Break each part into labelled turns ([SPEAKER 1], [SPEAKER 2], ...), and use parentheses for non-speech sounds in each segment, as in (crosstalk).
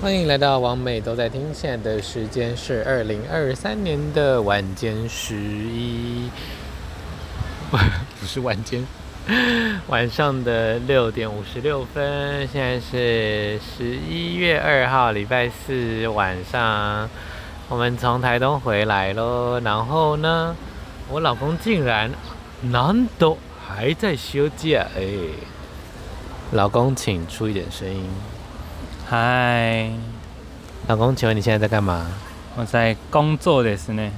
[SPEAKER 1] 欢迎来到王美都在听，现在的时间是二零二三年的晚间十一， (laughs) 不是晚间，晚上的六点五十六分。现在是十一月二号，礼拜四晚上，我们从台东回来喽。然后呢，我老公竟然难都还在休假哎、老公，请出一点声音。
[SPEAKER 2] 嗨，
[SPEAKER 1] 老公，请问你现在在干嘛？
[SPEAKER 2] 我在工作的是呢。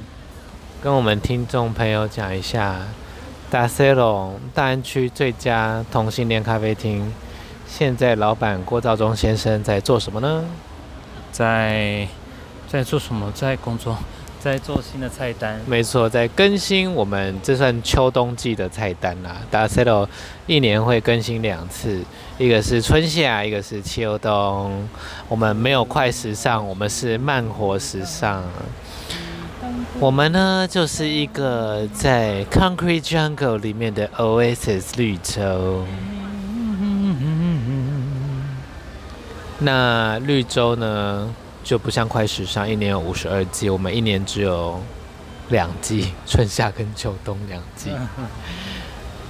[SPEAKER 1] 跟我们听众朋友讲一下，达塞隆大安区最佳同性恋咖啡厅，现在老板郭兆忠先生在做什么呢？
[SPEAKER 2] 在在做什么？在工作，在做新的菜单。
[SPEAKER 1] 没错，在更新我们这算秋冬季的菜单啊啦。达塞隆一年会更新两次，一个是春夏，一个是秋冬。我们没有快时尚，我们是慢活时尚。我们呢，就是一个在 Concrete Jungle 里面的 Oasis 绿洲。
[SPEAKER 2] 嗯
[SPEAKER 1] 那绿洲呢，就不像快时尚，一年有五十二季，我们一年只有两季，春夏跟秋冬两季。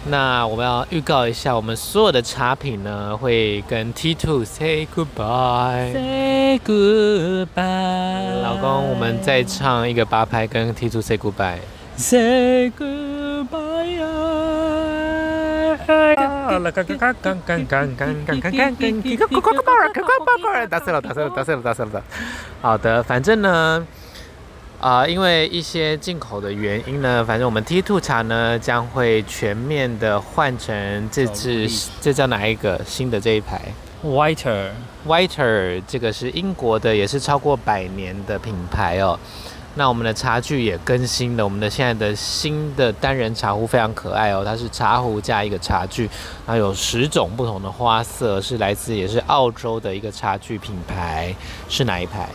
[SPEAKER 1] 那我们要预告一下，我们所有的茶品呢，会跟 T Two say goodbye。
[SPEAKER 2] Say 嗯 goodbye，
[SPEAKER 1] 老公，我们再唱一个八拍，跟 T Two say goodbye。
[SPEAKER 2] Say goodbye 啊。
[SPEAKER 1] 打碎了，打碎了，打碎了，打碎了。好的，反正呢，啊、因为一些进口的原因呢，反正我们 T two 茶呢将会全面的换成这支，这叫哪一个新的这一排
[SPEAKER 2] Whiter，
[SPEAKER 1] ？Whiter 这个是英国的，也是超过百年的品牌哦。那我们的茶具也更新了，我们的现在的新的单人茶壶非常可爱哦，它是茶壶加一个茶具，然后有十种不同的花色，是来自也是澳洲的一个茶具品牌，是哪一排？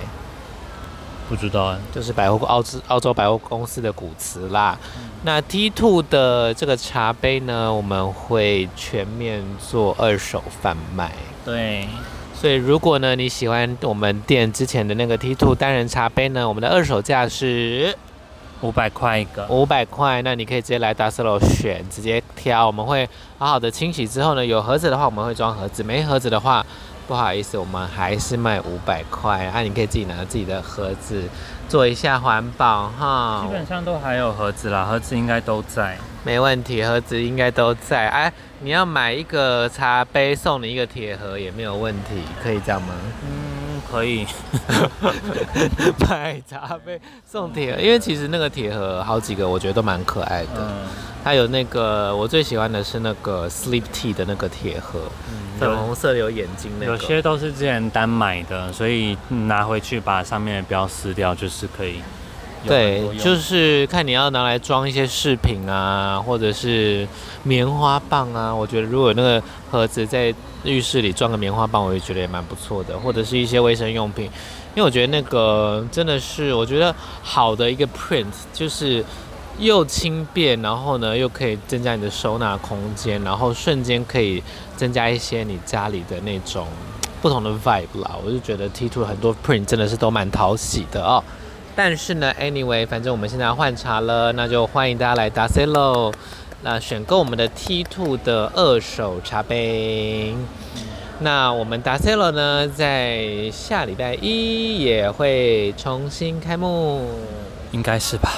[SPEAKER 2] 不知道啊。
[SPEAKER 1] 就是百货澳洲澳洲百货公司的古瓷啦。那 T two 的这个茶杯呢，我们会全面做二手贩卖。
[SPEAKER 2] 对，
[SPEAKER 1] 所以如果呢你喜欢我们店之前的那个 T two 单人茶杯呢，我们的二手价是
[SPEAKER 2] 五百块一个。
[SPEAKER 1] 五百块，那你可以直接来达斯楼选，直接挑。我们会好好的清洗之后呢，有盒子的话我们会装盒子，没盒子的话，不好意思，我们还是卖五百块。啊，你可以自己拿自己的盒子做一下环保哈。
[SPEAKER 2] 基本上都还有盒子啦，盒子应该都在。
[SPEAKER 1] 没问题，盒子应该都在。哎，你要买一个茶杯，送你一个铁盒也没有问题，可以这样吗？
[SPEAKER 2] 嗯，可以。
[SPEAKER 1] (laughs) 买茶杯送铁盒，因为其实那个铁盒好几个，我觉得都蛮可爱的。
[SPEAKER 2] 嗯，
[SPEAKER 1] 它有那个我最喜欢的是那个 Sleep Tea 的那个铁盒，粉红色的有眼睛那
[SPEAKER 2] 有
[SPEAKER 1] 个。
[SPEAKER 2] 些都是之前单买的，所以拿回去把上面的标撕掉，就是可以有很
[SPEAKER 1] 对
[SPEAKER 2] 多，用。
[SPEAKER 1] 就是看你要拿来装一些饰品啊，或者是棉花棒啊。我觉得如果那个盒子在浴室里装个棉花棒，我也觉得也蛮不错的，或者是一些卫生用品，因为我觉得那个真的是我觉得好的一个 print 就是。又轻便，然后呢，又可以增加你的收纳空间，然后瞬间可以增加一些你家里的那种不同的 vibe 啦。我就觉得 T two 很多 print 真的是都蛮讨喜的哦。但是呢，anyway，反正我们现在要换茶了，那就欢迎大家来达 C 喽。那选购我们的 T two 的二手茶杯。那我们达 C 喽呢，在下礼拜一也会重新开幕。
[SPEAKER 2] 应该是吧？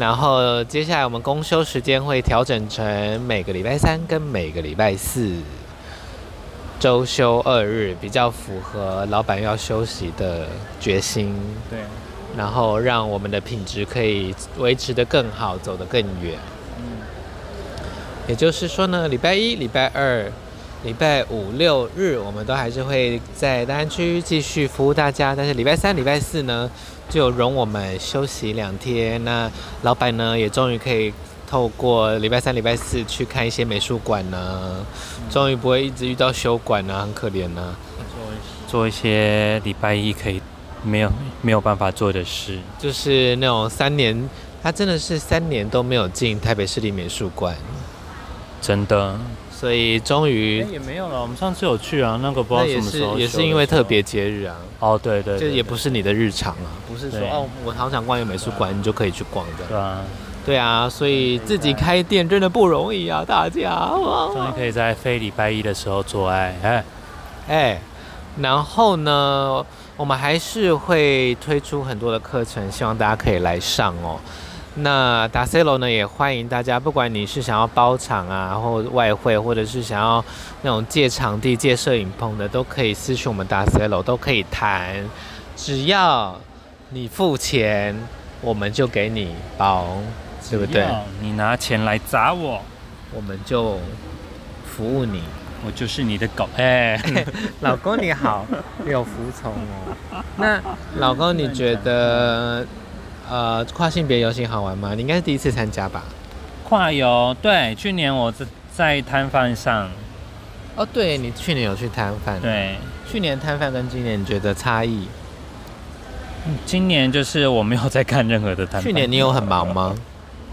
[SPEAKER 1] 然后接下来我们公休时间会调整成每个礼拜三跟每个礼拜四周休二日，比较符合老板要休息的决心。
[SPEAKER 2] 对，
[SPEAKER 1] 然后让我们的品质可以维持得更好，走得更远。也就是说呢，礼拜一、礼拜二、礼拜五、六日，我们都还是会在大安区继续服务大家。但是礼拜三、礼拜四呢，就容我们休息两天。那老板呢，也终于可以透过礼拜三、礼拜四去看一些美术馆呢、终于不会一直遇到修馆呢、很可怜呢、
[SPEAKER 2] 做一些礼拜一可以没有没有办法做的事。
[SPEAKER 1] 就是那种三年，他真的是三年都没有进台北市立美术馆，
[SPEAKER 2] 真的，
[SPEAKER 1] 所以终于
[SPEAKER 2] 哎也没有了，我们上次有去啊，那个不
[SPEAKER 1] 那
[SPEAKER 2] 知道
[SPEAKER 1] 也
[SPEAKER 2] 什么
[SPEAKER 1] 是
[SPEAKER 2] 时候
[SPEAKER 1] 也
[SPEAKER 2] 修
[SPEAKER 1] 是
[SPEAKER 2] 的
[SPEAKER 1] 因为
[SPEAKER 2] 时候
[SPEAKER 1] 特别节日啊，
[SPEAKER 2] 哦，对对
[SPEAKER 1] 这
[SPEAKER 2] 对，
[SPEAKER 1] 也不是你的日常啊，不是说
[SPEAKER 2] 对
[SPEAKER 1] 哦，我好想逛一个美术馆，你就可以去逛
[SPEAKER 2] 对
[SPEAKER 1] 的。
[SPEAKER 2] 啊，
[SPEAKER 1] 对啊，所以自己开店真的不容易啊，大家。哇
[SPEAKER 2] 终于可以在非礼拜一的时候做爱，哎，
[SPEAKER 1] 哎，然后呢，我们还是会推出很多的课程，希望大家可以来上哦。那达塞罗呢，也欢迎大家，不管你是想要包场啊，或外汇，或者是想要那种借场地、借摄影棚的，都可以私讯我们达塞罗，都可以谈，只要你付钱，我们就给你包，对不对？
[SPEAKER 2] 要你拿钱来砸我，
[SPEAKER 1] 我们就服务你。
[SPEAKER 2] 我就是你的狗，
[SPEAKER 1] 哎、
[SPEAKER 2] (laughs)
[SPEAKER 1] 老公你 (laughs) 好，有服从哦。那老公，你觉得呃跨性别游行好玩吗？你应该是第一次参加吧？
[SPEAKER 2] 跨游，哦对，去年我在在摊贩上，
[SPEAKER 1] 哦，对，你去年有去摊贩，，
[SPEAKER 2] 对，
[SPEAKER 1] 去年摊贩跟今年你觉得差异？
[SPEAKER 2] 今年就是我没有在看任何的摊贩。
[SPEAKER 1] 去年你有很忙吗？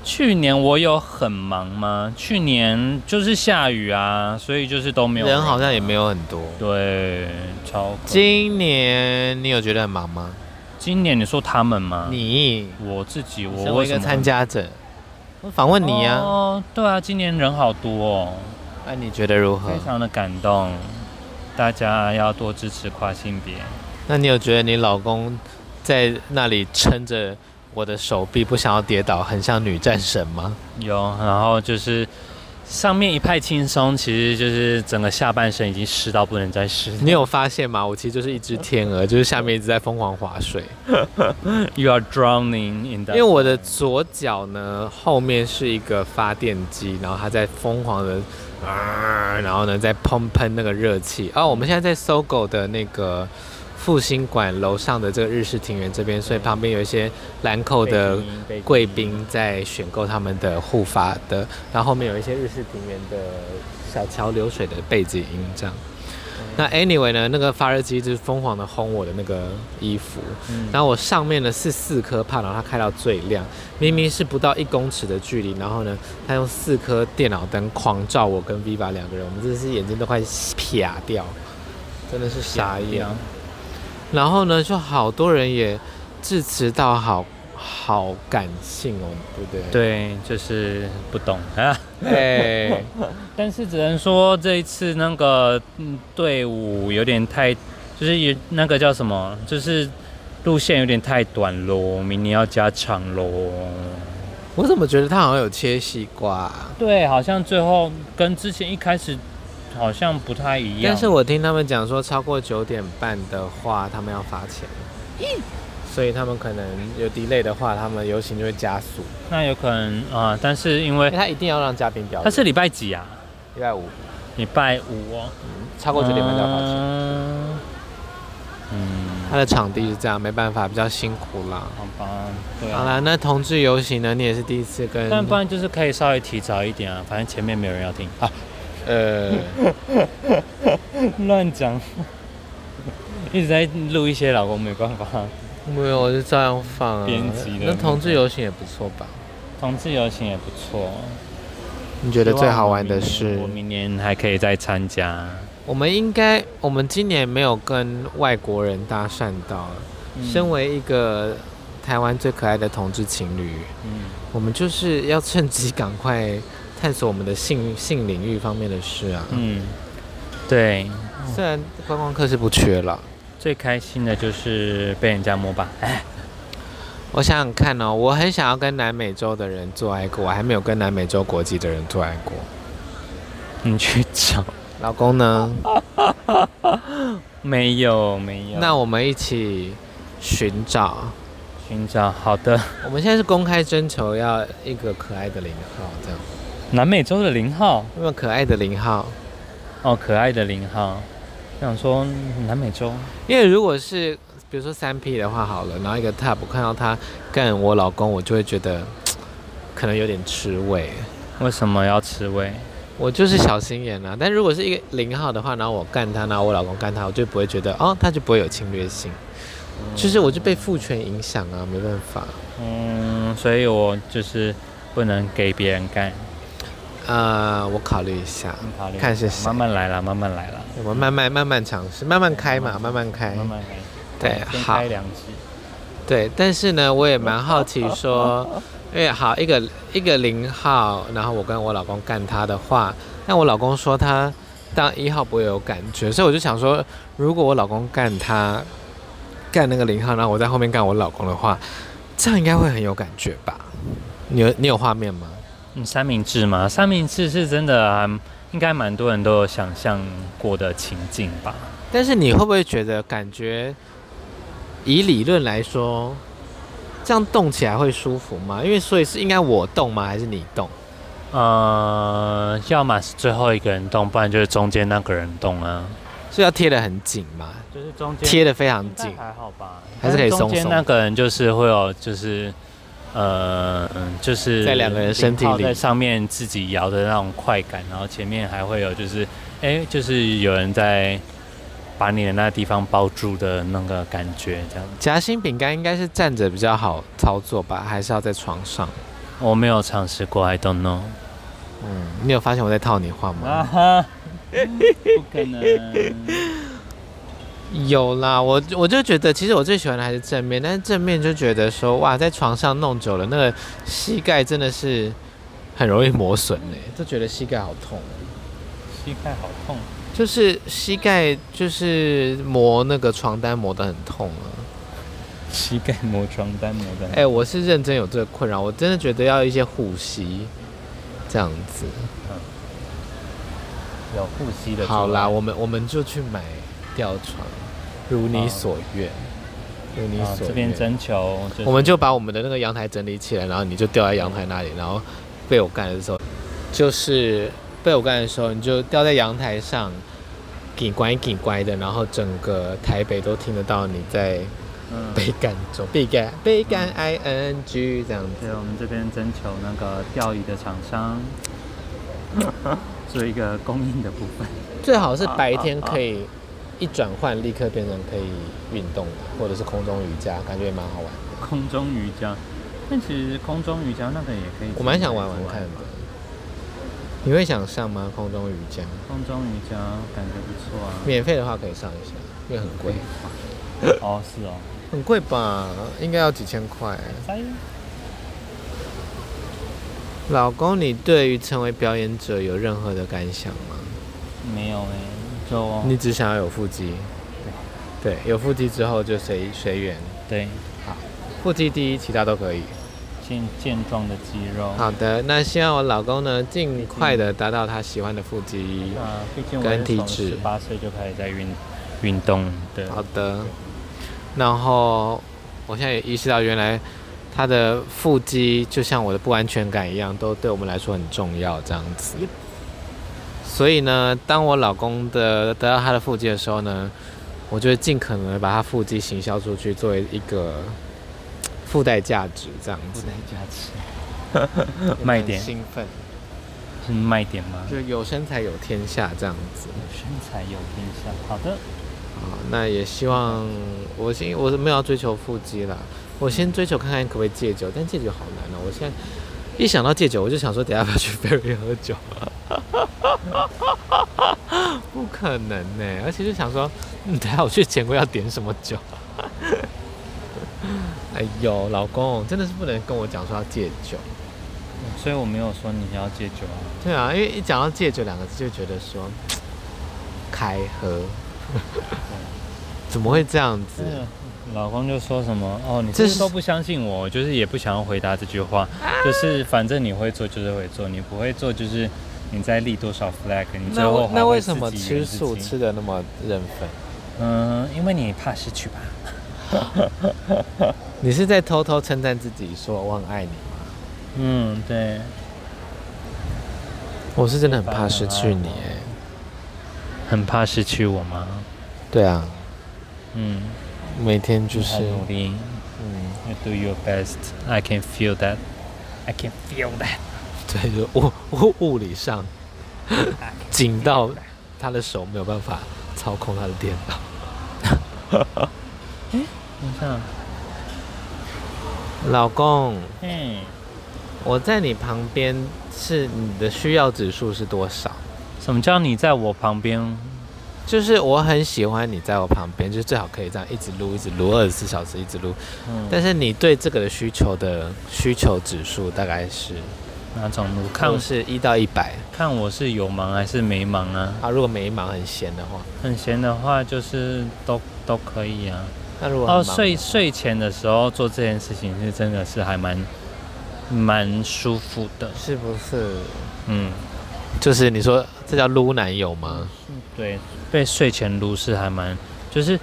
[SPEAKER 2] 去年我有很忙吗？去年就是下雨啊，所以就是都没有
[SPEAKER 1] 人好像也没有很多。
[SPEAKER 2] 对，超可
[SPEAKER 1] 今年你有觉得很忙吗？
[SPEAKER 2] 今年你说他们吗？
[SPEAKER 1] 你
[SPEAKER 2] 我自己
[SPEAKER 1] 嗯身
[SPEAKER 2] 我
[SPEAKER 1] 为
[SPEAKER 2] 为
[SPEAKER 1] 一
[SPEAKER 2] 什
[SPEAKER 1] 个
[SPEAKER 2] 么
[SPEAKER 1] 参加者，我访问你呀、啊，
[SPEAKER 2] 哦，对啊，今年人好多哦，
[SPEAKER 1] 那、你觉得如何
[SPEAKER 2] 非？常的感动，大家要多支持跨性别。
[SPEAKER 1] 那你有觉得你老公在那里撑着我的手臂，不想要跌倒，很像女战神吗？
[SPEAKER 2] 有，然后就是上面一派轻松，其实就是整个下半身已经湿到不能再湿。
[SPEAKER 1] 你有发现吗？我其实就是一只天鹅，就是下面一直在疯狂划水。
[SPEAKER 2] (laughs) You are drowning in the
[SPEAKER 1] 因为我的左脚呢，后面是一个发电机，然后它在疯狂的啊，然后呢在喷喷那个热气。哦，我们现在在搜狗的那个复兴馆楼上的这个日式庭园这边，所以旁边有一些兰蔻的
[SPEAKER 2] 背景
[SPEAKER 1] 贵宾在选购他们的护发的，然后后面有一些日式庭园的小桥流水的背景音这样。那 anyway 呢，那个发热机就是疯狂的烘我的那个衣服，
[SPEAKER 2] 嗯
[SPEAKER 1] 然后我上面呢是四颗帕，然后它开到最亮，明明是不到一公尺的距离，然后呢，它用四颗电脑灯狂照我跟 Viva 两个人，我们真的是眼睛都快撇掉，真的是傻眼。然后呢，就好多人也致辞到好好感性哦，对不对？
[SPEAKER 2] 对，就是不懂啊。
[SPEAKER 1] 对，
[SPEAKER 2] (laughs) 但是只能说这一次那个嗯队伍有点太，就是也那个叫什么，就是路线有点太短喽，明年要加长喽。
[SPEAKER 1] 我怎么觉得他好像有切西瓜啊、
[SPEAKER 2] 对，好像最后跟之前一开始好像不太一样。
[SPEAKER 1] 但是我听他们讲说，超过九点半的话，他们要罚钱。所以他们可能有 delay 的话，他们游行就会加速，
[SPEAKER 2] 那有可能啊、但是因
[SPEAKER 1] 因
[SPEAKER 2] 为
[SPEAKER 1] 为哎他一定要让嘉宾表演。
[SPEAKER 2] 它是礼拜几啊？
[SPEAKER 1] 礼拜五，
[SPEAKER 2] 礼拜五哦，
[SPEAKER 1] 超过九点半就要罚钱。
[SPEAKER 2] 嗯嗯，
[SPEAKER 1] 他的场地是这样，没办法，比较辛苦啦。
[SPEAKER 2] 好吧，对
[SPEAKER 1] 好
[SPEAKER 2] 啊。
[SPEAKER 1] 啦，那同志游行呢？你也是第一次跟，
[SPEAKER 2] 但不然就是可以稍微提早一点啊，反正前面没有人要听啊。
[SPEAKER 1] 呃，
[SPEAKER 2] (laughs) 乱讲， (laughs) 一直在录一些老公没办法。
[SPEAKER 1] 没有，我就照样放啊。
[SPEAKER 2] 编辑的
[SPEAKER 1] 那同志游行也不错吧？
[SPEAKER 2] 同志游行也不错，
[SPEAKER 1] 你觉
[SPEAKER 2] 觉
[SPEAKER 1] 得最好玩的是
[SPEAKER 2] 我？明年还可以再参加。
[SPEAKER 1] 我们应该，我们今年没有跟外国人搭讪到。嗯
[SPEAKER 2] 嗯
[SPEAKER 1] 身为一个台湾最可爱的同志情侣，
[SPEAKER 2] 嗯，
[SPEAKER 1] 我们就是要趁机赶快探索我们的性 (laughs) 性领域方面的事啊。
[SPEAKER 2] 嗯，对，
[SPEAKER 1] 虽然观光客是不缺了。
[SPEAKER 2] 最开心的就是被人家摸吧。 (laughs) 哎，
[SPEAKER 1] 我想想看哦，我很想要跟南美洲的人做爱过，我还没有跟南美洲国籍的人做爱过。
[SPEAKER 2] 你去找。
[SPEAKER 1] 老公呢？
[SPEAKER 2] 没有，没有。
[SPEAKER 1] 那我们一起寻找。
[SPEAKER 2] 寻找好的 (laughs)
[SPEAKER 1] 我们现在是公开征求要一个可爱的零号，这样。
[SPEAKER 2] 南美洲的零号
[SPEAKER 1] 有没有可爱的零号？
[SPEAKER 2] 哦，可爱的零号。想说嗯南美洲，
[SPEAKER 1] 因为如果是比如说三 P 的话好了，然后一个 Tab 我看到他干我老公，我就会觉得可能有点吃味。
[SPEAKER 2] 为什么要吃味？
[SPEAKER 1] 我就是小心眼啊，但如果是一个零号的话，然后我干他，然后我老公干他，我就不会觉得哦，他就不会有侵略性。就是我就被父权影响啊，没办法。
[SPEAKER 2] 嗯，所以我就是不能给别人干。
[SPEAKER 1] 呃，我考虑一下，
[SPEAKER 2] 考虑
[SPEAKER 1] 看是谁
[SPEAKER 2] 嗯慢慢来啦，慢慢来啦，
[SPEAKER 1] 我们慢慢慢慢尝试，慢慢开嘛，慢慢开。
[SPEAKER 2] 慢慢来。
[SPEAKER 1] 哎对
[SPEAKER 2] 先
[SPEAKER 1] 好
[SPEAKER 2] 开两支。
[SPEAKER 1] 对，但是呢，我也蛮好奇说，因为好一个一个零号，然后我跟我老公干他的话，但我老公说他当一号不会有感觉，所以我就想说，如果我老公干他干那个零号，然后我在后面干我老公的话，这样应该会很有感觉吧？你有你有画面吗？
[SPEAKER 2] 嗯，三明治嘛，三明治是真的还应该蛮多人都有想象过的情境吧。
[SPEAKER 1] 但是你会不会觉得感觉，以理论来说，这样动起来会舒服吗？因为所以是应该我动吗？还是你动？
[SPEAKER 2] 呃，要么是最后一个人动，不然就是中间那个人动啊。
[SPEAKER 1] 是要贴得很紧吗？
[SPEAKER 2] 就是中
[SPEAKER 1] 贴得非常
[SPEAKER 2] 应
[SPEAKER 1] 紧
[SPEAKER 2] 该，还好吧，
[SPEAKER 1] 还是可以松松
[SPEAKER 2] 但中间那个人就是会有，就是呃，嗯就是
[SPEAKER 1] 在两个人身体里
[SPEAKER 2] 靠在上面自己摇的那种快感，然后前面还会有就是，哎、就是有人在把你的那地方包住的那个感觉，这样。
[SPEAKER 1] 夹心饼干应该是站着比较好操作吧，还是要在床上？
[SPEAKER 2] 我没有尝试过，I don't know。
[SPEAKER 1] 嗯，你有发现我在套你话吗？
[SPEAKER 2] 啊哈，不可能。
[SPEAKER 1] 有啦，我我就觉得，其实我最喜欢的还是正面，但是正面就觉得说，哇，在床上弄久了，那个膝盖真的是很容易磨损嘞、就觉得膝盖好痛。
[SPEAKER 2] 膝盖好痛。
[SPEAKER 1] 就是膝盖就是磨那个床单磨得很痛啊。
[SPEAKER 2] 膝盖磨床单磨的。
[SPEAKER 1] 哎、我是认真有这个困扰，我真的觉得要一些护膝这样子。
[SPEAKER 2] 有护膝的。
[SPEAKER 1] 好啦，我们我们就去买吊床，如你所愿，如你
[SPEAKER 2] 啊
[SPEAKER 1] 所
[SPEAKER 2] 这
[SPEAKER 1] 愿
[SPEAKER 2] 边。征求，
[SPEAKER 1] 我们就把我们的那个阳台整理起来，然后你就吊在阳台那里，然后被我干的时候，就是被我干的时候，你就吊在阳台上，给乖给乖的，然后整个台北都听得到你在
[SPEAKER 2] 嗯
[SPEAKER 1] 被干中，被干被干 i n g 这样子。
[SPEAKER 2] 对，我们这边征求那个钓鱼的厂
[SPEAKER 1] (laughs)
[SPEAKER 2] 商，做一个供应的部分。 (laughs)
[SPEAKER 1] 最好是白天可以一转换，立刻变成可以运动的，或者是空中瑜伽，感觉也蛮好玩。
[SPEAKER 2] 空中瑜伽，但其实空中瑜伽那个也可以，
[SPEAKER 1] 我蛮想玩玩看的。你会想上吗？空中瑜伽，
[SPEAKER 2] 空中瑜伽感觉不错啊。
[SPEAKER 1] 免费的话可以上一下，因为很贵，
[SPEAKER 2] 哦，是哦。
[SPEAKER 1] 很贵吧？应该要几千块。
[SPEAKER 2] 哎
[SPEAKER 1] 老公，你对于成为表演者有任何的感想吗？
[SPEAKER 2] 没有哎、就
[SPEAKER 1] 你只想要有腹肌，对，有腹肌之后就随随缘，
[SPEAKER 2] 对
[SPEAKER 1] 腹肌第一，其他都可以。
[SPEAKER 2] 健健壮的肌肉。
[SPEAKER 1] 好的，那希望我老公呢尽快的达到他喜欢的腹肌。
[SPEAKER 2] 啊，毕竟我
[SPEAKER 1] 跟
[SPEAKER 2] 是
[SPEAKER 1] 体
[SPEAKER 2] 从
[SPEAKER 1] 脂
[SPEAKER 2] 十八岁就开始在运运动的。
[SPEAKER 1] 好的，然后我现在也意识到，原来他的腹肌就像我的不安全感一样，都对我们来说很重要，这样子。所以呢，当我老公的得到他的腹肌的时候呢，我就会尽可能的把他腹肌行销出去，作为一个附带价值，这样
[SPEAKER 2] 附
[SPEAKER 1] 子
[SPEAKER 2] 带。价值，卖点
[SPEAKER 1] 很兴奋，
[SPEAKER 2] 是卖点吗？
[SPEAKER 1] 就有身材有天下这样子。
[SPEAKER 2] 身材有天下。好的，
[SPEAKER 1] 啊，那也希望我先我是没有要追求腹肌啦，我先追求看看可不可以戒酒，但戒酒好难哦、我现在一想到戒酒，我就想说等一下要不要去 Berry 喝酒， (laughs) 不可能呢、而且就想说，嗯，等一下我去钱柜要点什么酒。 (laughs) 哎呦，老公真的是不能跟我讲说要戒酒。
[SPEAKER 2] 所以我没有说你要戒酒啊。
[SPEAKER 1] 对啊，因为一讲到戒酒两个字，就觉得说开喝， (laughs) 怎么会这样子？
[SPEAKER 2] 啊老公就说什么哦，你
[SPEAKER 1] 这
[SPEAKER 2] 这
[SPEAKER 1] 是
[SPEAKER 2] 是都啊不相信我，就是也不想要回答这句话，就是反正你会做就是会做，你不会做就是你在立多少 flag，你最
[SPEAKER 1] 那
[SPEAKER 2] 后
[SPEAKER 1] 为那
[SPEAKER 2] 还会
[SPEAKER 1] 为
[SPEAKER 2] 自
[SPEAKER 1] 什么
[SPEAKER 2] 己
[SPEAKER 1] 吃
[SPEAKER 2] 圆自
[SPEAKER 1] 素
[SPEAKER 2] 己
[SPEAKER 1] 吃的那么认份？
[SPEAKER 2] 嗯，因为你怕失去吧。
[SPEAKER 1] 你是在偷偷称赞自己说我很爱你吗？
[SPEAKER 2] 嗯，对，
[SPEAKER 1] 我是真的很怕失去你哎、
[SPEAKER 2] 很怕失去我吗？
[SPEAKER 1] 对啊，
[SPEAKER 2] 嗯，
[SPEAKER 1] 每天就
[SPEAKER 2] 就是很努力。
[SPEAKER 1] 嗯，
[SPEAKER 2] You do your best. I can feel that. I can feel that.
[SPEAKER 1] 对，就物物物理上紧到他的手没有办法操控他的电脑。
[SPEAKER 2] 等一下，
[SPEAKER 1] 老公，
[SPEAKER 2] 嘿，
[SPEAKER 1] 我在你旁边是你的需要指数是多少？
[SPEAKER 2] 什么叫你在我旁边？嗯
[SPEAKER 1] 就是我很喜欢你在我旁边，就是最好可以这样一直撸，一直撸二十四小时，一直撸。
[SPEAKER 2] 嗯，
[SPEAKER 1] 但是你对这个的需求的需求指数大概是，
[SPEAKER 2] 哪种路？看
[SPEAKER 1] 看是一到一百
[SPEAKER 2] 看我是有忙还是没忙啊？
[SPEAKER 1] 啊。如果每一忙很闲的话，
[SPEAKER 2] 很闲的话就是都都可以啊。
[SPEAKER 1] 那如果很
[SPEAKER 2] 哦，
[SPEAKER 1] 忙
[SPEAKER 2] 睡睡前的时候做这件事情是真的是还蛮蛮舒服的。
[SPEAKER 1] 是不是？
[SPEAKER 2] 嗯，
[SPEAKER 1] 就是你说这叫撸男友吗？
[SPEAKER 2] 对，被睡前撸是还蛮，就是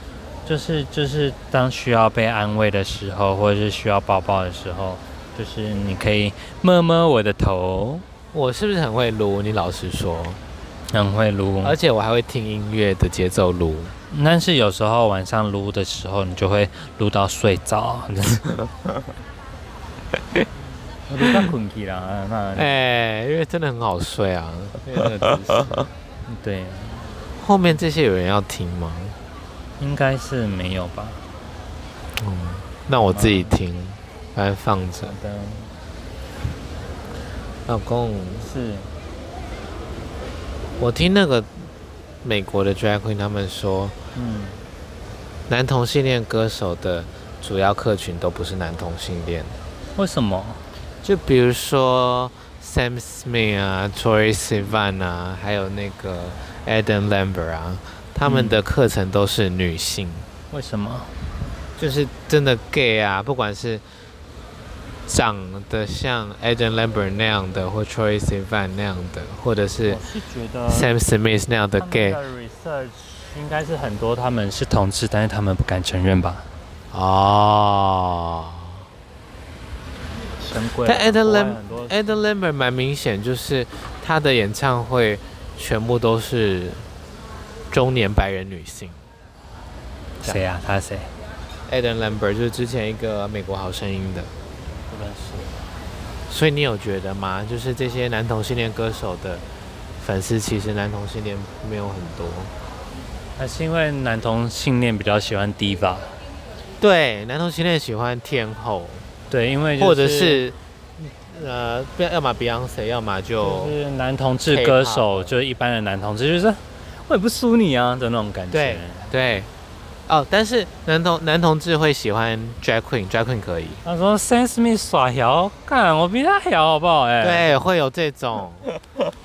[SPEAKER 2] 就是就是当需要被安慰的时候，或者是需要抱抱的时候，就是你可以摸摸我的头，
[SPEAKER 1] 我是不是很会撸？你老实说，
[SPEAKER 2] 很会撸。
[SPEAKER 1] 而且我还会听音乐的节奏撸。
[SPEAKER 2] 但是有时候晚上撸的时候，你就会撸到睡着。 (laughs) 撸到困去啦，那
[SPEAKER 1] 哎、因为真的很好睡 (laughs) 啊。因为这个姿势
[SPEAKER 2] 对，
[SPEAKER 1] 后面这些有人要听吗？
[SPEAKER 2] 应该是没有吧？
[SPEAKER 1] 那我自己听，反正放着。
[SPEAKER 2] 的，
[SPEAKER 1] 老公，
[SPEAKER 2] 是
[SPEAKER 1] 我听那个美国的 drag queen 他们说，
[SPEAKER 2] 嗯，
[SPEAKER 1] 男同性恋歌手的主要客群都不是男同性恋，
[SPEAKER 2] 为什么？
[SPEAKER 1] 就比如说 Sam Smith 啊、Troye Sivan 啊，还有那个 Adam Lambert 啊，他们的课程都是女性，
[SPEAKER 2] 为什么？
[SPEAKER 1] 就是真的 gay 啊，不管是长得像 Adam Lambert 那样的，或 Troye Sivan 那样的，或者是
[SPEAKER 2] 是觉得
[SPEAKER 1] Sam Smith 那样的
[SPEAKER 2] 他们
[SPEAKER 1] gay
[SPEAKER 2] 的 research 应该是很多他们是同志，但是他们不敢承认吧？
[SPEAKER 1] 哦。
[SPEAKER 2] 神鬼啊
[SPEAKER 1] 但 Adam
[SPEAKER 2] 国外
[SPEAKER 1] Lam-
[SPEAKER 2] 很多
[SPEAKER 1] Adam Lambert 蛮明显，就是他的演唱会全部都是中年白人女性。
[SPEAKER 2] 谁啊？他谁？
[SPEAKER 1] Adam Lambert 就是之前一个美国好声音的，
[SPEAKER 2] 不认识。
[SPEAKER 1] 所以你有觉得吗？就是这些男同性恋歌手的粉丝，其实男同性恋没有很多。
[SPEAKER 2] 还是因为男同性恋比较喜欢 diva，
[SPEAKER 1] 对，男同性恋喜欢天后，
[SPEAKER 2] 对，因为、
[SPEAKER 1] 或者是呃，不要要么 Beyonce，要么就
[SPEAKER 2] 就是男同志歌手，
[SPEAKER 1] K-pop
[SPEAKER 2] 就是一般的男同志，就是我也不输你啊的那种感觉。
[SPEAKER 1] 对对。哦，但是男同男同志会喜欢 drag queen，drag queen 可以。
[SPEAKER 2] 他说 Sam Smith 耍摇，干我比他摇好不好？哎、
[SPEAKER 1] 对，会有这 (laughs) 种，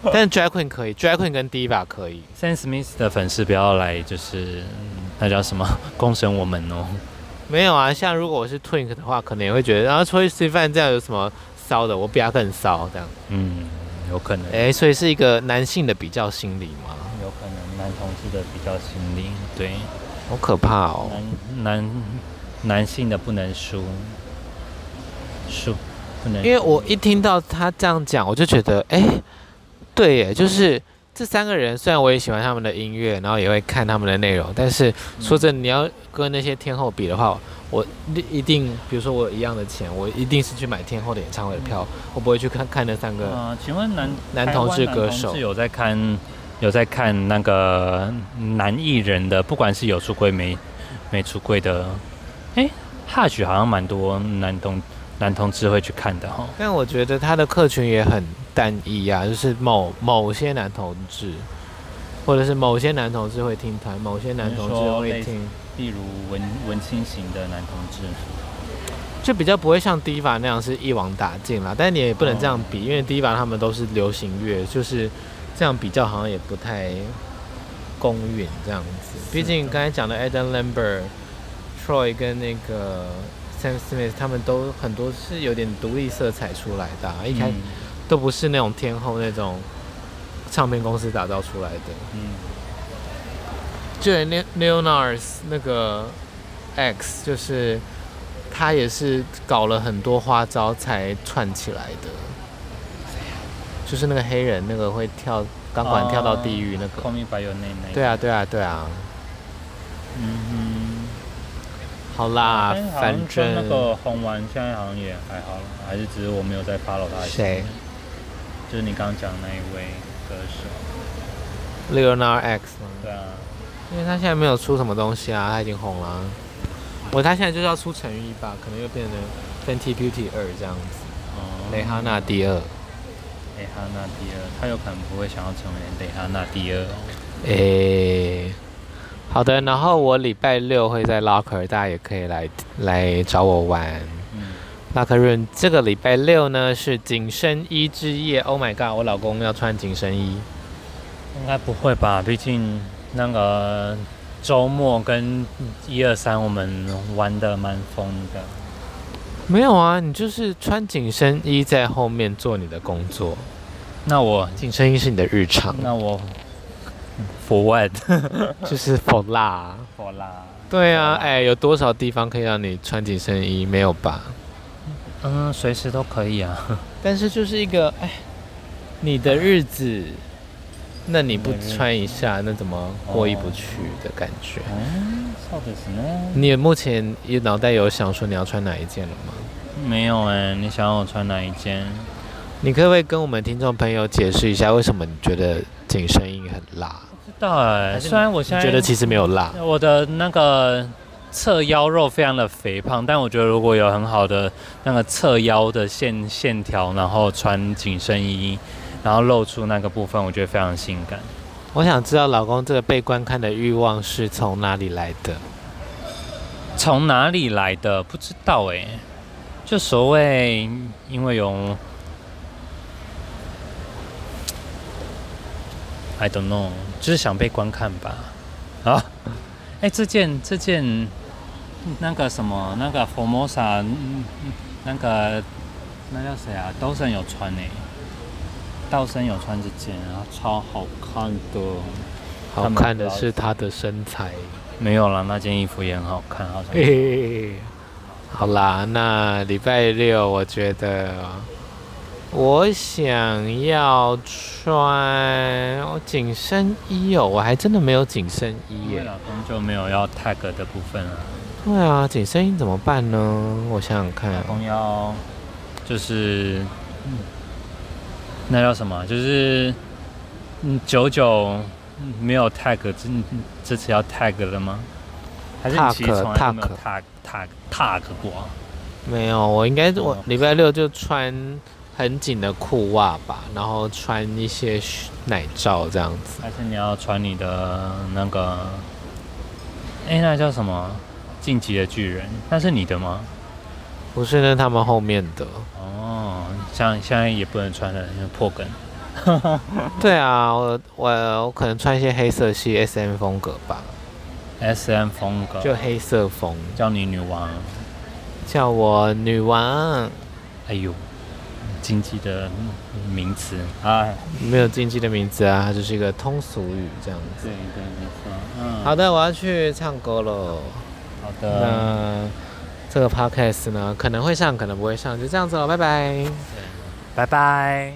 [SPEAKER 1] 但是 drag queen 可以，drag queen 跟 diva 可以，
[SPEAKER 2] Sam Smith 的粉丝不要来，就是嗯那叫什么 (laughs) 攻审我们哦。
[SPEAKER 1] 没有啊。像如果我是 twink 的话，可能也会觉得，然后出去吃饭这样有什么骚的，我比他更骚这样。
[SPEAKER 2] 嗯，有可能，
[SPEAKER 1] 哎、所以是一个男性的比较心理嘛，
[SPEAKER 2] 有可能男同志的比较心灵，对，
[SPEAKER 1] 好可怕哦。
[SPEAKER 2] 男男男性的不能输，输不能输，
[SPEAKER 1] 因为我一听到他这样讲，我就觉得，哎、对耶，就是这三个人，虽然我也喜欢他们的音乐，然后也会看他们的内容，但是说真的，你要跟那些天后比的话，我一定，比如说我有一样的钱，我一定是去买天后的演唱会的票，我不会去看看那三个。
[SPEAKER 2] 啊、请问男
[SPEAKER 1] 男
[SPEAKER 2] 台
[SPEAKER 1] 同
[SPEAKER 2] 湾
[SPEAKER 1] 志
[SPEAKER 2] 男
[SPEAKER 1] 歌
[SPEAKER 2] 同
[SPEAKER 1] 手
[SPEAKER 2] 志有在看有在看那个男艺人的，不管是有出柜没没出柜的，哎，哈许好像蛮多男同男同志会去看的哈、哦。
[SPEAKER 1] 但我觉得他的客群也很单一啊，就是某某些男同志，或者是某些男同志会听团，某些男同
[SPEAKER 2] 你
[SPEAKER 1] 志
[SPEAKER 2] 说
[SPEAKER 1] 会
[SPEAKER 2] 类似
[SPEAKER 1] 听。
[SPEAKER 2] 例如文文青型的男同志，
[SPEAKER 1] 就比较不会像 Diva 那样是一网打尽啦，但你也不能这样比，因为 Diva 他们都是流行乐，就是这样比较好像也不太公允这样子。毕竟刚才讲的 Adam Lambert、Troy 跟那个 Sam Smith 他们都很多是有点独立色彩出来的啊、一
[SPEAKER 2] 嗯
[SPEAKER 1] 开始都不是那种天后那种唱片公司打造出来的。
[SPEAKER 2] 嗯
[SPEAKER 1] 就连 Le- Leonard 那个 X 就是。他也是搞了很多花招才串起来的，就是那个黑人那个会跳钢管跳到地狱那个。
[SPEAKER 2] 呃，Call Me by Your Name 那一
[SPEAKER 1] 对啊，对啊，对啊。
[SPEAKER 2] 嗯
[SPEAKER 1] 好啦
[SPEAKER 2] 但是，好像
[SPEAKER 1] 啊反
[SPEAKER 2] 说
[SPEAKER 1] 正
[SPEAKER 2] 那个红丸现在好像也还好了，还是只是我没有在 follow 他的新闻
[SPEAKER 1] 谁，
[SPEAKER 2] 就是你刚刚讲那一位歌手，
[SPEAKER 1] Leonard X 嘛，
[SPEAKER 2] 对啊，
[SPEAKER 1] 因为他现在没有出什么东西啊，他已经红了啊。我他现在就是要出成语吧，可能又变成 Fenty Beauty 二这样子，
[SPEAKER 2] 哦
[SPEAKER 1] 蕾哈娜第二。
[SPEAKER 2] 蕾哈娜第二，他有可能不会想要成为蕾哈娜第二哦。
[SPEAKER 1] 诶、好的，然后我礼拜六会在 Locker，大家也可以来来找我玩。
[SPEAKER 2] 嗯，
[SPEAKER 1] Locker Room 这个礼拜六呢是紧身衣之夜，Oh my god，我老公要穿紧身衣。
[SPEAKER 2] 应该不会吧？毕竟那个周末跟一二三我们玩的蛮疯的。
[SPEAKER 1] 没有啊，你就是穿紧身衣在后面做你的工作，
[SPEAKER 2] 那我
[SPEAKER 1] 紧身衣是你的日常，
[SPEAKER 2] 那我嗯 for what
[SPEAKER 1] 就是 for 辣。
[SPEAKER 2] for 啦？
[SPEAKER 1] 对啊，
[SPEAKER 2] For 辣
[SPEAKER 1] 哎，有多少地方可以让你穿紧身衣？没有吧？
[SPEAKER 2] 嗯，随时都可以啊。
[SPEAKER 1] 但是就是一个哎，你的日子，那你不穿一下，那怎么过意不去的感觉？
[SPEAKER 2] 嗯，そうですね。
[SPEAKER 1] 你目前也脑袋有想说你要穿哪一件了吗？
[SPEAKER 2] 没有哎、你想要我穿哪一件？
[SPEAKER 1] 你可不可以跟我们听众朋友解释一下，为什么你觉得紧身衣很辣？
[SPEAKER 2] 不知道哎、
[SPEAKER 1] 还是
[SPEAKER 2] 虽然我
[SPEAKER 1] 你
[SPEAKER 2] 现在
[SPEAKER 1] 觉得其实没有辣？
[SPEAKER 2] 我的那个侧腰肉非常的肥胖，但我觉得如果有很好的那个侧腰的线线条，然后穿紧身衣，然后露出那个部分，我觉得非常性感。
[SPEAKER 1] 我想知道老公这个被观看的欲望是从哪里来的？
[SPEAKER 2] 从哪里来的不知道哎、就所谓因为有，I don't know，就是想被观看吧。啊，哎、这件这件那个什么那个 Formosa 嗯那个那叫谁啊？道生有穿哎、道生有穿这件，然后啊超好看的。
[SPEAKER 1] 好看的是他的身材。
[SPEAKER 2] 没有啦，那件衣服也很好看， (laughs) 好像。
[SPEAKER 1] 嘿嘿嘿好啦，那礼拜六我觉得我想要穿我紧身衣哦，我还真的没有紧身衣
[SPEAKER 2] 因为
[SPEAKER 1] 耶。
[SPEAKER 2] 老公就没有要 tag 的部分啊，
[SPEAKER 1] 对啊，紧身衣怎么办呢？我想想看
[SPEAKER 2] 老，公要就是、嗯那叫什么？啊就是嗯，九九嗯没有 tag，这这次要 tag 了吗？还是你其实
[SPEAKER 1] Tag，
[SPEAKER 2] 从来都没有 tag tag tag 过啊？
[SPEAKER 1] 没有，我应该我
[SPEAKER 2] 哦
[SPEAKER 1] 礼拜六就穿很紧的裤袜吧，然后穿一些奶罩这样子。
[SPEAKER 2] 还是你要穿你的那个？哎、那叫什么？晋级的巨人，那是你的吗？
[SPEAKER 1] 不是那他们后面的。
[SPEAKER 2] 哦，像现在也不能穿了，因为破梗。
[SPEAKER 1] 对啊，我我我可能穿一些黑色系 S M 风格吧，
[SPEAKER 2] S M 风格，
[SPEAKER 1] 就黑色风，
[SPEAKER 2] 叫你女王。
[SPEAKER 1] 叫我女王，
[SPEAKER 2] 哎呦，经济的名词啊，
[SPEAKER 1] 没有禁忌的名字啊，它就是一个通俗语这样子。
[SPEAKER 2] 对对没错，嗯，
[SPEAKER 1] 好的，我要去唱歌喽。
[SPEAKER 2] 好的，
[SPEAKER 1] 那这个 podcast 呢，可能会上，可能不会上，就这样子了，拜拜。
[SPEAKER 2] 拜拜。